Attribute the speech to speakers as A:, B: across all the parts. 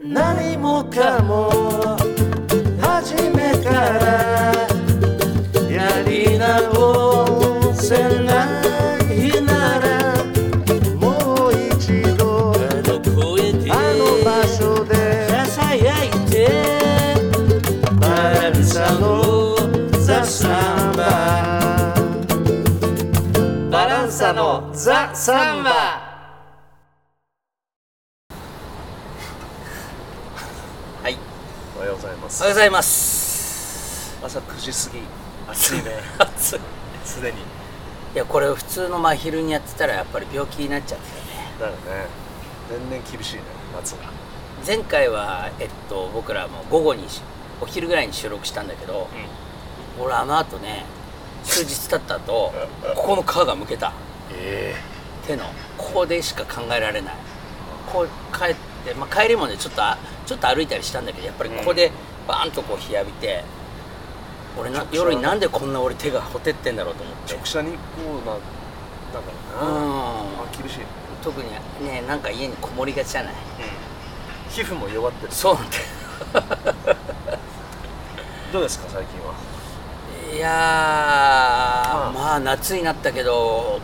A: 何もかも初めからやり直せないならもう一度
B: あの声で
A: あの場所で
B: ささやいて
A: バランサのザ・サンババランサのザ・サンバ
B: はい
A: おはようございま
B: お
A: す
B: はようございます
A: 朝9時過ぎ暑いね
B: 暑い
A: すでに
B: いやこれ普通の真昼にやってたらやっぱり病気になっちゃうんですよね
A: だよね年々厳しいね夏が
B: 前回はえっと僕らも午後にしお昼ぐらいに収録したんだけど、俺あの後ね数日経った後ここの皮がむけた
A: え
B: 手のここでしか考えられないこう帰って、まあ、帰りもねちょっとあちょっと歩いたりしたんだけどやっぱりここでバーンとこう日浴びて俺な
A: 直射
B: 夜になんでこんな俺手がほてってんだろうと思って
A: え直射日光ななんだろうな、
B: うん
A: あ厳しいね、
B: 特にねなんか家にこもりがちじゃない
A: 皮膚も弱ってる
B: そうなんだよ
A: どうですか最近はい
B: やー、
A: うん
B: まあ夏になったけど、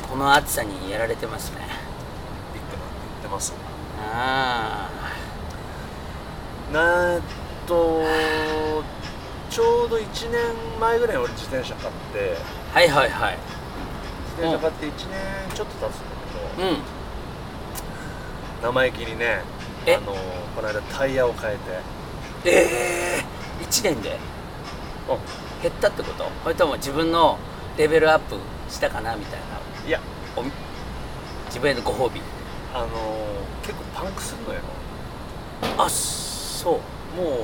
B: うんこの暑さにやられてますね。
A: ビッグなって言ってます
B: あ
A: なーっとちょうど1年前ぐらいに俺自転車買って
B: ーはいはいはい。
A: 自転車買って1年ちょっと経つんだけ
B: うん。
A: ど生意気にね
B: え
A: あのこの間タイヤを変えて
B: ええー、1年で
A: あ
B: 減ったってことそれとも自分のレベルアップしたかなみたいない
A: や
B: お自分へのご褒美。
A: あの結構パンクすんのよ
B: あそう。
A: もう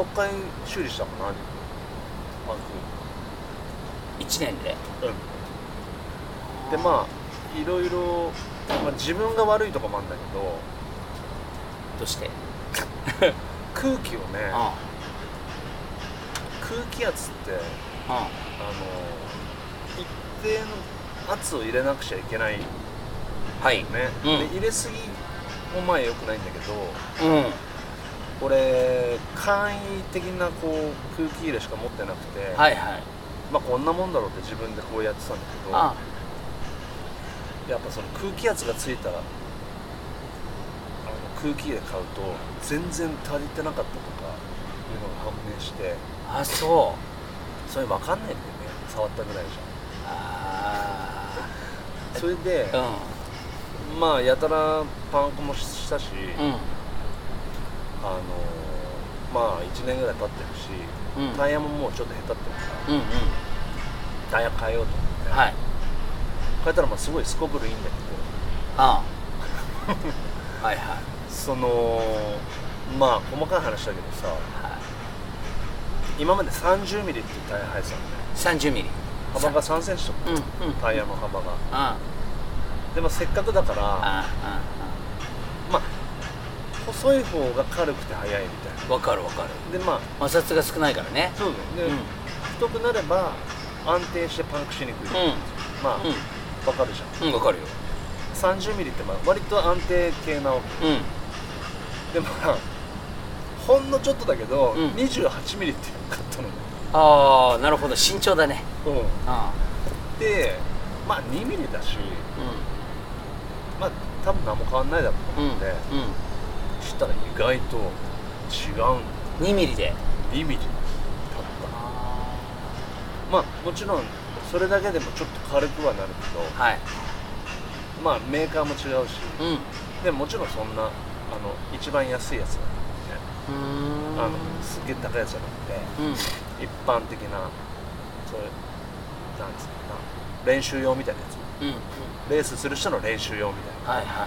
A: 56回修理したかなパン
B: 1年で。
A: クうんでまあいろいろ、まあ、自分が悪いとかもあるんだけど
B: どうして
A: 空気をね
B: うん。う
A: 空
B: ん。
A: 気圧ってあの一定の圧を入れなくちゃいけないよね、
B: はい。うん
A: で入れすぎもまあ良くないんだけど
B: うん。
A: 俺簡易的なこう空気入れしか持ってなくて、
B: はいはい。
A: まあこんなもんだろうって自分でこうやってたんだけど
B: あ
A: やっぱその空気圧がついたあの空気入れ買うと全然足りてなかったとかいうのが判明して
B: あ、そう。
A: それ分かんないんだよね触ったぐらいじ
B: あ
A: ゃんそれで
B: ー
A: まあやたらパンクもしたし、
B: うんう
A: あ
B: ん
A: のまあ1年ぐらい経ってるし、
B: うん
A: タイヤももうちょっと下手ってるから
B: うんうん
A: タイヤ変えようと思って、
B: はい
A: 変えたらまあすごいすこぶるいいんだけ
B: ああ はいはい
A: どそのまあ細かい話だけどさ
B: はい
A: 今まで3 0ミリっていうタイヤ配さんで
B: 30ミリ
A: 幅が3センチとか
B: うんうん
A: タイヤの幅が
B: あ
A: でもせっかくだから
B: あ
A: まあ細い方が軽くて速いみたい
B: あわかるわかる
A: なでまあ
B: 摩擦が少ないからね
A: そうだよね、太くなれば安定してパンクしにくい、
B: うん
A: まあ、
B: うん
A: わかるじゃん
B: うんうんわかるよ
A: 30ミリってまあ割と安定系なわけ
B: うん
A: でもまあほんのちょっとだけど、
B: うん
A: 28ミリっていうの買ったのね
B: ああなるほど慎重だね
A: う
B: あ
A: んでまあ2ミリだし
B: あう
A: まあ多分何も変わんないだろうと
B: んうん
A: 思って、
B: う
A: したら意外と違うん
B: ん2ミリで
A: 2ミリだったまあもちろんそれだけでもちょっと軽くはなるけど
B: はい
A: まあメーカーも違うし
B: うんう
A: でももちろんそんなあの一番安いやつだったんで、ね
B: ーん
A: あのすっげえ高いやつじゃなく
B: うん
A: て一般的なそういうなんつうのかな練習用みたいなやつ
B: うん
A: レースする人の練習用みたいな
B: はいはい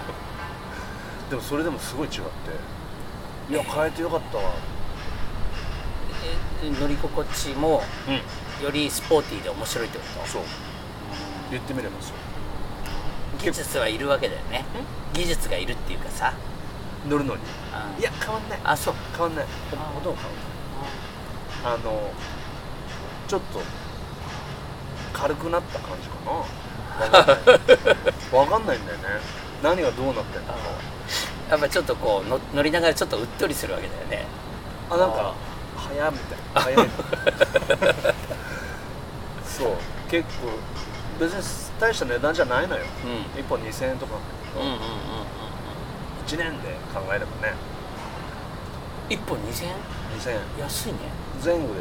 A: でもそれでもすごい違っていや変えてよかったわ
B: え乗り心地も
A: うん
B: よりスポーティーで面白いってこと
A: そう言ってみればそう
B: 技術はいるわけだよね技術がいるっていうかさ
A: 乗るのに
B: うん
A: いや変わんない
B: あそう
A: 変わんないほほとんど変わんないあのちょっと軽くなった感じ かなわかんないわかんないんだよね何がどうなってんだろう
B: やっぱちょっとこうの乗りながらちょっとうっとりするわけだよね
A: あなんか早みたいな早い そう結構別に大した値段じゃないのよ
B: うんうん
A: 1本2000円とか
B: うんうんうん
A: 1年で考えればね
B: 1本2000円
A: 2000円
B: 安いね
A: 前後で4000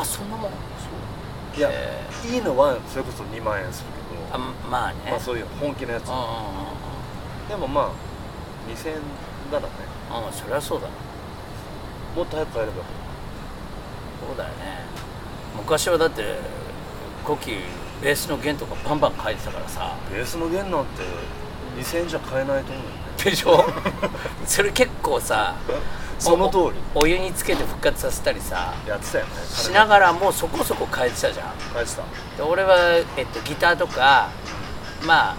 B: あそんなもん
A: 円いや、
B: え
A: いいのはそれこそ2万円するけど
B: あまあね、
A: まあそういう本気のやつ
B: う
A: でもまあ2000円ならね
B: んうんうんうんうんそりゃそうだ
A: もっと早く帰れば
B: そうだよね昔はだって古希ベースの弦とかバンバン変えてたからさ
A: ベースの弦なんて2000円じゃ買えないと思うよね
B: で しょそれ結構さ
A: その通
B: おお湯につけて復活させたりさ
A: りやってたよね
B: しながらもうそこそこ変えてたじゃん
A: 帰ってた
B: で俺は、えっと、ギターとかまあ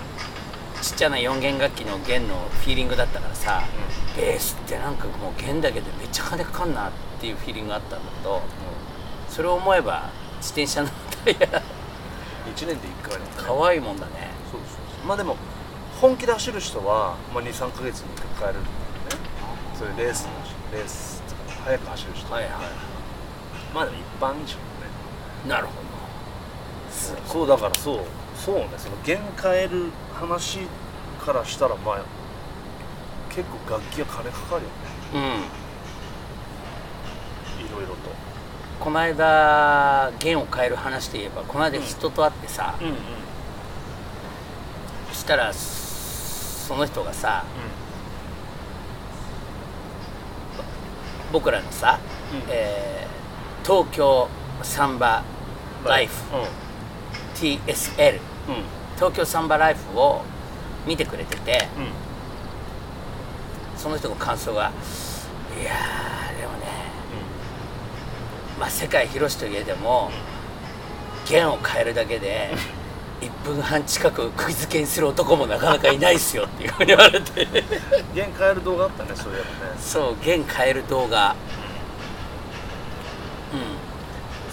B: ちっちゃな4弦楽器の弦のフィーリングだったからさ、ベースってなんかもう弦だけでめっちゃ金かかんなっていうフィーリングがあったんだけどそれを思えば自転車のタイヤ
A: 1年で1回だったね
B: 可愛いもんだね
A: そうそうそうまあでも本気で走る人は、まあ、23か月に1回帰れるんだよねそういうレースのレースとか早く走る人
B: はいは
A: まあでも一般以上ね
B: いなるほど
A: そうだからそうそうねその弦変える話からしたらまあ結構楽器は金かかるよね
B: うん
A: いろいろと
B: この間弦を変える話で言えばこの間
A: うん
B: 人と会ってさ、
A: うんうんうん
B: したらその人がさ僕らのさ、
A: うん
B: えー東京サンバライフ
A: うんうん
B: TSL 東京サンバライフを見てくれてて
A: うん
B: その人の感想がいやーでもねまあ、世界広しといえども弦を変えるだけで1分半近く釘付けにする男もなかなかいないっすよっていうふうに言われて
A: 弦変える動画あったねそういえばね
B: そう弦変える動画うん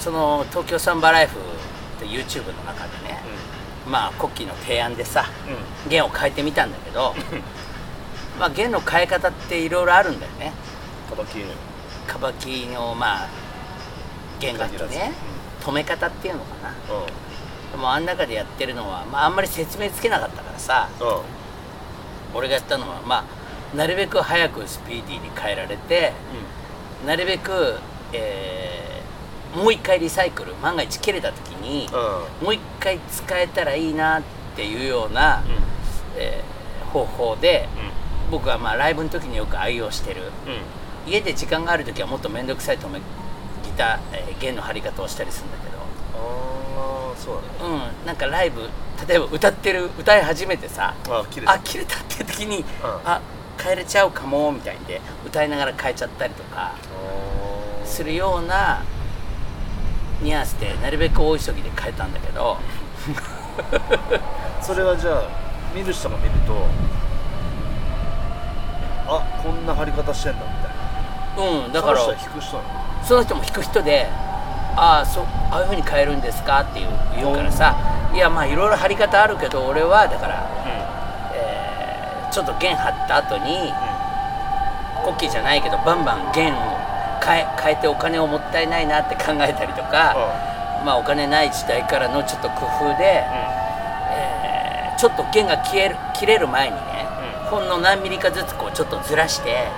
B: その東京サンバライフって YouTube の中でね、まあコッキーの提案でさ
A: うんうん
B: 弦を変えてみたんだけどまあ弦の変え方っていろいろあるんだよね
A: 叩き
B: カバキのまあ弦楽器ね止め方っていうのかな
A: うん
B: でもあん中でやってるのは、まあ、あんまり説明つけなかったからさ
A: うん
B: 俺がやったのは、まあ、なるべく早くスピーディーに変えられてなるべく、えーもう一回リサイクル万が一切れた時に
A: うんうん
B: もう一回使えたらいいなっていうような、えー方法で僕はまあライブの時によく愛用してる
A: うんうん
B: 家で時間がある時はもっと面倒くさいと思いギター、えー弦の張り方をしたりするんだけど
A: ああそうだね
B: うん、なんかライブ例えば歌ってる歌い始めてさ
A: あ綺麗
B: あ切れたっていう時に、あ変えれちゃうかもみたいで歌いながら変えちゃったりとかするようなニュアンスでなるべく大急ぎで変えたんだけど
A: それはじゃあ見る人が見るとあこんな貼り方してんだみたいな
B: うんだから
A: その人は引く人なの
B: その人も弾く人で「ああそうああいう風に変えるんですか?」っていう言うからさ「いやまあいろいろ張り方あるけど俺はだから、えーちょっと弦張った後に、コッキーじゃないけどバンバン弦を変え変えてお金をもったいないなって考えたりとか、まあお金ない時代からのちょっと工夫で、えーちょっと弦が消える切れる前にね、ほんの何ミリかずつこうちょっとずらして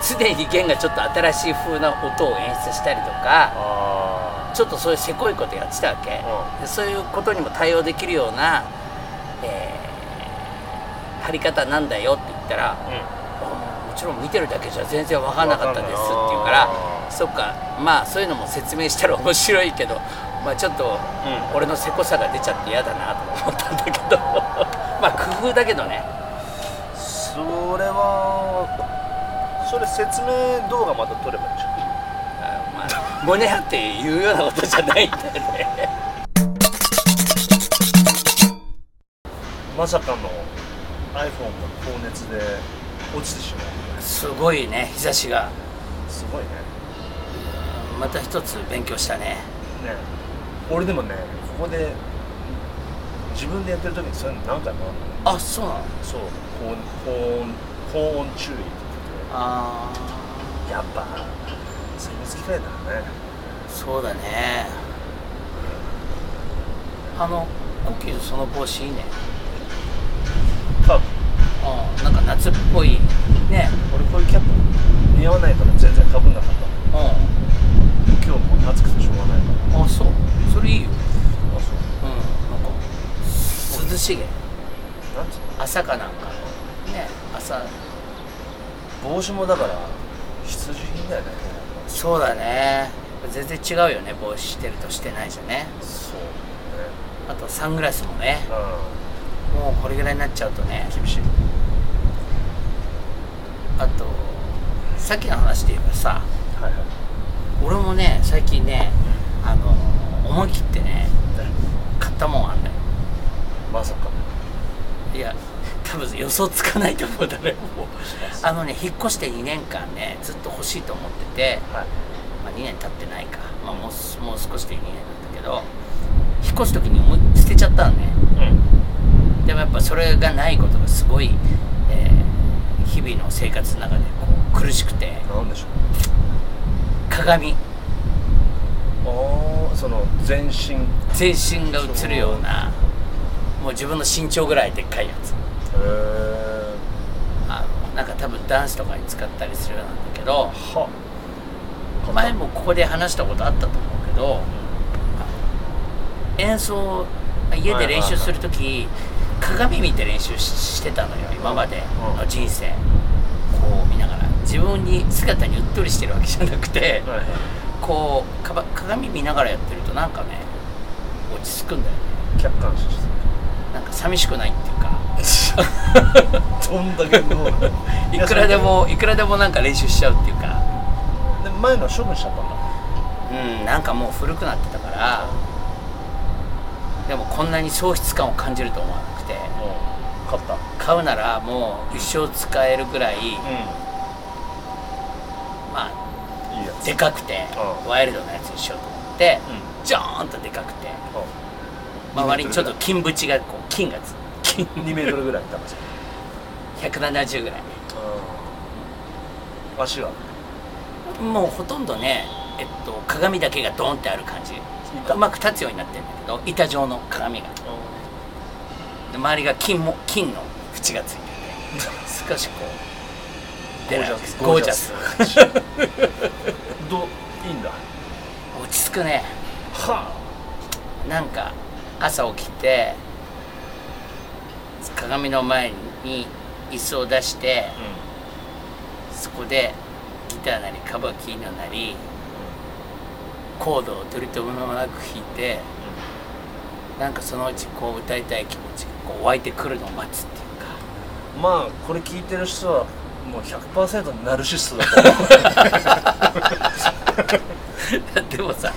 B: 常に弦がちょっと新しい風な音を演出したりとか
A: あ
B: ちょっとそういうせこいことやってたわけ、
A: う
B: でそういうことにも対応できるような、えー張り方なんだよって言ったら
A: あ、う
B: もちろん見てるだけじゃ全然分かんなかったですって言うか
A: わかんない
B: ら
A: な
B: そっかまあそういうのも説明したら面白いけど、まあ、ちょっと
A: うん
B: 俺のせこさが出ちゃって嫌だなと思ったんだけど まあ工夫だけどね
A: ん、それはそれ説明動画また撮ればいいじゃ
B: あまあ胸張って言うようなことじゃないんだよね
A: んまさかの iPhone が高熱で落ちてしまう
B: すごいね日差しが
A: すごいね
B: また一つ勉強したね
A: ね俺でもねここで自分でやってる時にそういうの何回もあるの
B: あそうなの
A: そう高高温高温注意って
B: あ
A: 言ってやっぱ精密機械だよね
B: ーそうだねあのコキーズその帽子いいね
A: 多分
B: うんなんか夏っぽいね
A: 俺こういうキャップ似合わないから全然かぶんなかった
B: う
A: 今日もう暑くてしょうがないから
B: んあそうそれいいよ
A: あそう
B: うんなんか涼しげ
A: なんつう
B: 朝かなんかのね朝
A: の帽子もだから必需品だよね
B: そうだね全然違うよね帽子してるとしてないじゃね
A: そうね
B: あとサングラスもね
A: う
B: もうこれぐらいになっちゃうとね
A: ん厳しい
B: あとさっきの話で言えばさ
A: はいはい
B: 俺もね最近ねあの思い切ってね買ったもんあんだよ
A: まさか
B: いや多分予想つかないと思う誰もあのね引っ越して2年間ねずっと欲しいと思ってて、
A: はい
B: まあ、2年経ってないか、まあ、もうすもう少しで2年なんだけど引っ越す時に思い捨てちゃったのね
A: うん
B: でもやっぱそれがないことがすごい、えー日々の生活の中でこう苦しくて
A: なんでしょう
B: 鏡
A: ああその全身へ
B: 全身が映るようなもう自分の身長ぐらいでっかいやつ
A: え
B: あのなんか多分ダンスとかに使ったりするようなんだけど
A: は
B: 前もここで話したことあったと思うけど演奏家で練習する時鏡見て練習ししてたのよ今までの人生こう見ながら自分に姿にうっとりしてるわけじゃなくて
A: はいはい
B: こうかば鏡見ながらやってるとなんかね落ち着くんだよね
A: 客観視して
B: なんか寂しくないっていうか
A: どんだけ無謀な
B: いくらでもいくらでもなんか練習しちゃうっていうか
A: で前のは処分しちゃったんだ
B: うんなんかもう古くなってたからでもこんなに喪失感を感じると思わなくて
A: うん買ったう
B: 買うならもう一生使えるぐらい
A: ん
B: まあ
A: いいやつ
B: でかくて
A: うん
B: ワイルドなやつにしようと思って
A: うん
B: ジョーンとでかくて
A: う
B: 周りにちょっと金縁がこう金がつ金
A: ん2メートルぐらい高さ
B: 170ぐらい
A: うん足が
B: もうほとんどね、えっと、鏡だけがドーンってある感じ
A: 板
B: うまく立つようになってるんだけど板状の鏡がで周りが金も金の縁がついてて少しこう出ないゴージャス
A: どいいんだ
B: 落ち着くね
A: は
B: なんか朝起きて鏡の前に椅子を出して
A: あう
B: そこでギターなりカバキーノなりコードを取り留めもなく弾いてなんかそのうちこう歌いたい気持ちがこう湧いてくるのを待つっていうか
A: んまあこれ聞いてる人はもう100%ナルシストだと思う
B: でもさ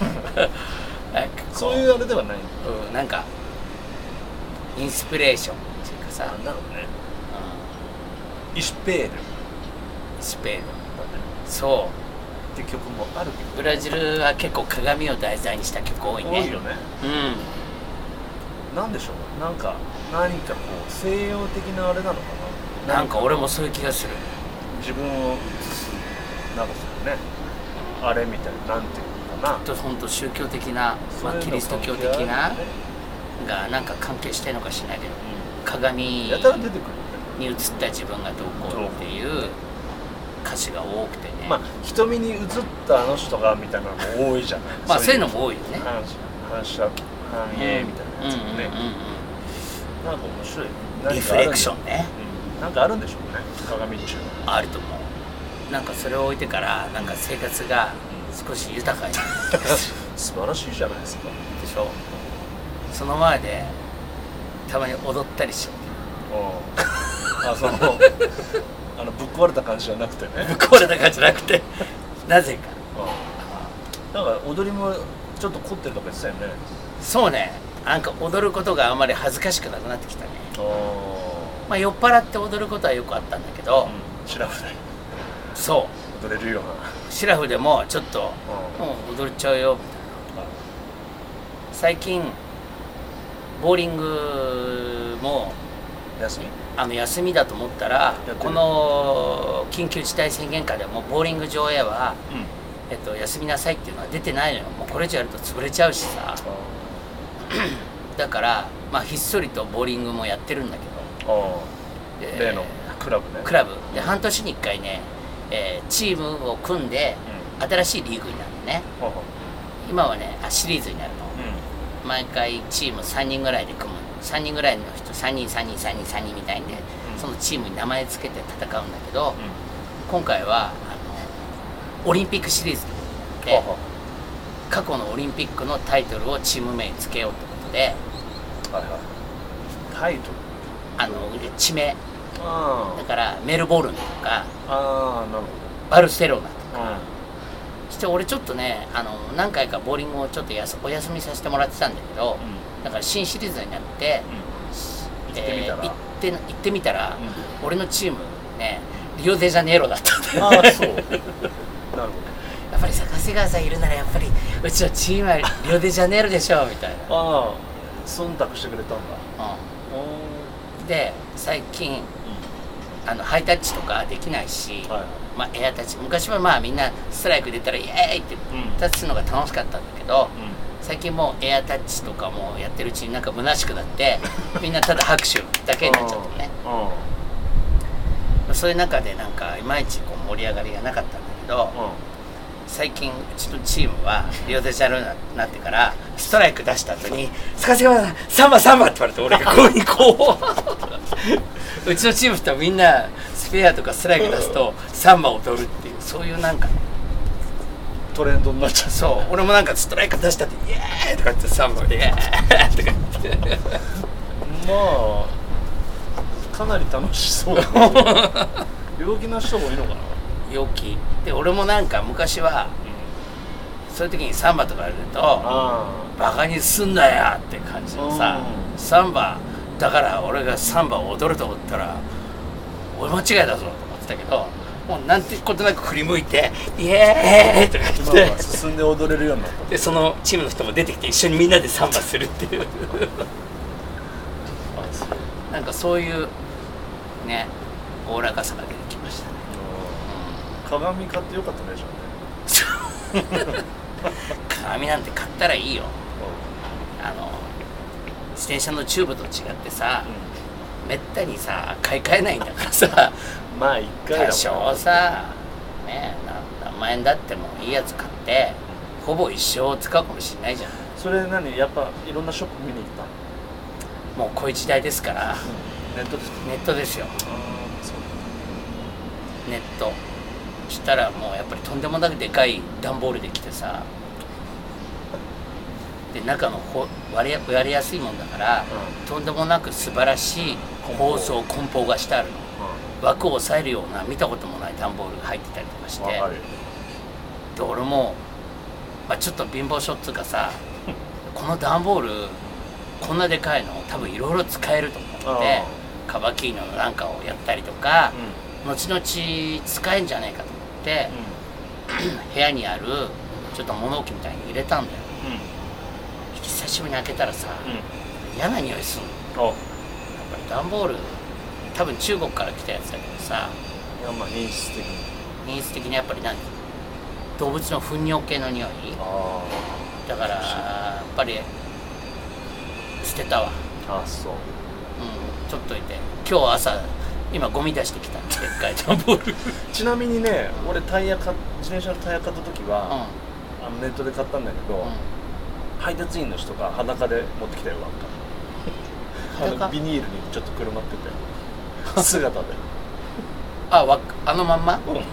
B: なんかこう
A: そういうあれではない
B: うん、なんかインスピレーションっていうかさ、
A: なん
B: う
A: だろうね
B: ん、
A: イシュペールだね
B: スペインそ
A: って曲もあるけ
B: うブラジルは結構鏡を題材にした曲多い
A: ど
B: ね
A: 多いよね
B: うん
A: なんでしょうなんか何かこう西洋的なあれなのかな
B: なんか俺もそういう気がする
A: 自分を映すなんかそのねあれみたいななんていうのかな
B: と本当宗教的な、
A: そうい
B: ま
A: う
B: あ、
A: の
B: キリスト教的
A: 関係あ
B: な
A: るよね
B: がなんか関係してるのかしないけど鏡に映
A: や
B: った
A: ら出てくるよね
B: た自分がどうこうっていう歌詞が多くてね
A: ま
B: ま
A: あ
B: あ、
A: 瞳に映ったあの人がみたいなのも多いじゃない
B: そういうのも多いよね
A: 反射反射反映みたいなやつもね、
B: うんうんうん
A: なんか面白いね
B: うんリフレクショ
A: ン、
B: ンね
A: うん、なんかあるんでしょうね鏡中
B: あると思うなんかそれを置いてからなんか生活が少し豊かになったでし
A: 素晴らしいじゃないですか
B: ょその前でたまに踊ったりしちゃ
A: あその あのぶっ壊れた感じじゃなくてね
B: ってこれだからじゃなくてなぜか
A: なんか踊りもちょっと凝ってるとか言ってたよね
B: そうねなんか踊ることがあんまり恥ずかしくなくなってきたね
A: あ
B: まあ酔っ払って踊ることはよくあったんだけど、
A: うんシラフで
B: そ
A: 踊れるような
B: うシラフでもちょっと
A: うん
B: もう踊っちゃうよみたいな最近ボーリングも
A: 休み
B: ああの休みだと思ったら
A: ってる
B: この緊急事態宣言下でもボーリング場へは、えっと、休みなさいっていうのは出てないのよもうこれ以上やると潰れちゃうしさだから、まあ、ひっそりとボーリングもやってるんだけ
A: ああ
B: ど、で
A: 例のクラブね
B: クラブで半年に1回ね、えーチームを組んで新しいリーグになるのね
A: はは
B: 今はねあシリーズになるの
A: う
B: 毎回チーム3人ぐらいで組む3人ぐらいの人3人3人3人3人みたいんで、
A: ん
B: そのチームに名前つけて戦うんだけど、
A: ん
B: 今回はあのオリンピックシリーズ
A: は
B: で過去のオリンピックのタイトルをチーム名につけようってことで
A: ははいはいタイトル
B: あの地名
A: あ
B: だからメルボルンとか
A: あああなるほ
B: バルセロナとか
A: どうん
B: そして俺ちょっとねあの何回かボーリングをちょっとやすお休みさせてもらってたんだけど、だから新シリーズになって、
A: 行ってみたら
B: えー行って行ってみたら、俺のチームねリオデジャネイロだったんだよ
A: ああ そうなるほ
B: やっぱりさ長谷川さんいるならやっぱりうちのチームはリオデジャネイロでしょみたい
A: どああ忖度してくれたんだ
B: な、
A: おお
B: うん、で最近あのハイタッチとかできないし、
A: はい
B: まあ、エアタッチ昔はまあみんなストライク出たらイエーイってタッチするのが楽しかったんだけど、最近もうエアタッチとかもやってるうちになんか虚しくなって みんなただ拍手だけになっちゃったね
A: うん
B: そういう中でなんかいまいちこう盛り上がりがなかったんだけど
A: うん
B: 最近うちのチームはリオデジャネイロになってからストライク出した後に「スカシ川さんサンバサンバ!」って言われて俺がこうにこううちのチームってみんなスペアとかストライク出すとサンバを踊るっていうそういうなんかね
A: トレンドになっちゃう
B: そう俺もなんかストライク出したって「イエーイ!」とか言ってサンバで「イエーイ!」とか言って。
A: まあかなり楽し そうだね陽気な人もいいのかな
B: 陽気で俺もなんか昔は、そういう時にサンバとかやると
A: あ
B: バカにすんなやって感じのさ
A: う
B: サンバだから俺がサンバを踊ると思ったら俺間違いだぞと思ってたけどもうなんてことなく振り向いて「イエーイ!」とか
A: 今
B: 言っ
A: は
B: て
A: 進んで踊れるようになった
B: でそのチームの人も出てきて一緒にみんなでサンバするっていう
A: あそう
B: なんかそういうねおおらかさが出てきましたね
A: 鏡買ってよかったねじゃ
B: 鏡なんて買ったらいいよ
A: あ
B: あの自転車のチューブと違ってさ、
A: ね
B: めったにさ買い替えないんだからさ
A: まあ一回だもん
B: 多少さねえな何万円だってもいいやつ買ってほぼ一生使うかもしれないじゃん
A: それ何やっぱいろんなショップ見に行ったの
B: もうこういう時代ですから
A: ネットですか
B: ネットですよ
A: ああそう
B: ネットそしたらもうやっぱりとんでもなくでかい段ボールで来てさで中のほ割れ割れやすいもんだから、とんでもなく素晴らしい包装梱包がしてあるの枠を押さえるような見たこともない段ボールが入ってたりとかして
A: わかるよ
B: で俺も、まあ、ちょっと貧乏症っつうかさこの段ボールこんなでかいの多分いろいろ使えると思ってカバキーノのなんかをやったりとか、後々使えんじゃないかと思って、部屋にあるちょっと物置みたいに入れたんだよ
A: うん
B: 久しぶりに開けたらさ、
A: う
B: 嫌な匂いするの
A: んうんあ
B: やっぱり段ボール多分中国から来たやつだけどさ
A: いやまあ品質的に
B: 品質的にやっぱり何動物の糞尿系の匂い
A: あ
B: だからやっぱり捨てたわ、
A: ああそう
B: うん、ちょっといて今日朝今ゴミ出してきたでっかい段ボール
A: ちなみにね俺タイヤか自転車のタイヤ買った時
B: う
A: は、
B: ん
A: あのネットで買ったんだけど、配達員の人が裸で持ってきたよなんか
B: 裸
A: あのビニールにちょっとくるまって て姿で
B: あわあのまんま
A: うん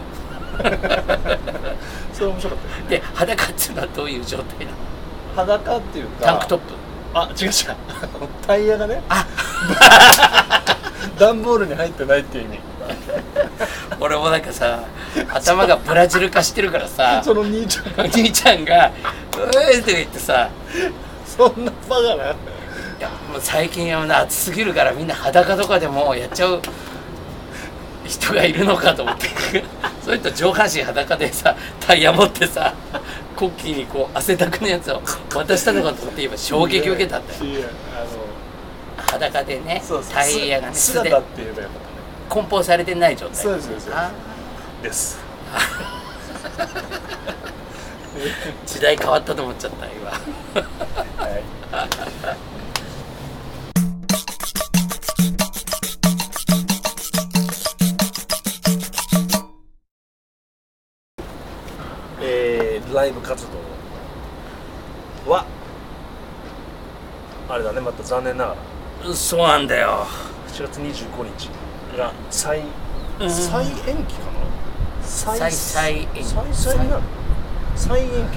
A: それ面白かったよ
B: で裸っていうのはどういう状態なの
A: 裸っていうか
B: タンクトップ
A: あ違う違うタイヤがねあ 段ボールに入ってないっていう意味
B: 俺もなんかさ頭がブラジル化してるから さ
A: その兄ちゃん
B: お兄ちゃんが「うえ」って言ってさ
A: そんなバカない
B: やもう最近はな暑すぎるからみんな裸とかでもやっちゃう人がいるのかと思って そういう人上半身裸でさタイヤ持ってさコッキーにこう汗だくのやつを渡したのかと思って今衝撃を受けたんだよ
A: いやいやあの
B: 裸でね
A: そうそう
B: タイヤがね
A: す
B: 素で
A: 姿って言えばよかったね
B: 梱包されてない状態
A: そうですそうです
B: あ
A: です
B: 時代変わったと思っちゃった今
A: はいえー、ライブ活動はあれだねまた残念ながら
B: そうなんだよ
A: 7月25日が再、
B: うん
A: 再延期かな
B: 再再延期
A: 再再になる再延期だね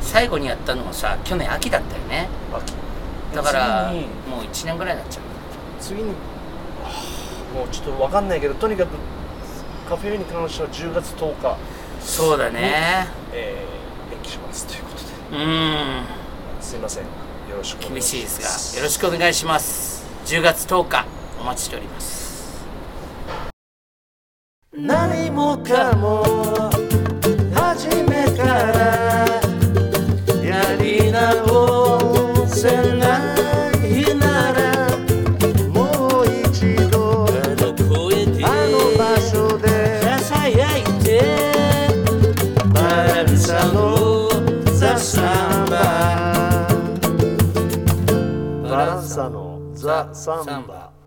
B: 最後にやったのはさ去年秋だったよね
A: 秋
B: だから
A: 次に
B: もう1年ぐらいになっちゃう
A: 次にあーもうちょっとわかんないけどとにかくカフェに関しては10月10日、
B: そうだね
A: えー、延期しますということで
B: うん
A: すいませんよろしくお願
B: 厳
A: い
B: しい
A: し
B: で
A: ます
B: すがよろしくお願いします10月10日お待ちしております
C: 何もかも初めからやり直せないならもう一
B: あ
C: 度
B: の声で
C: あの場所で
B: ささやいて
C: para el salón za samba. Para el salón za samba.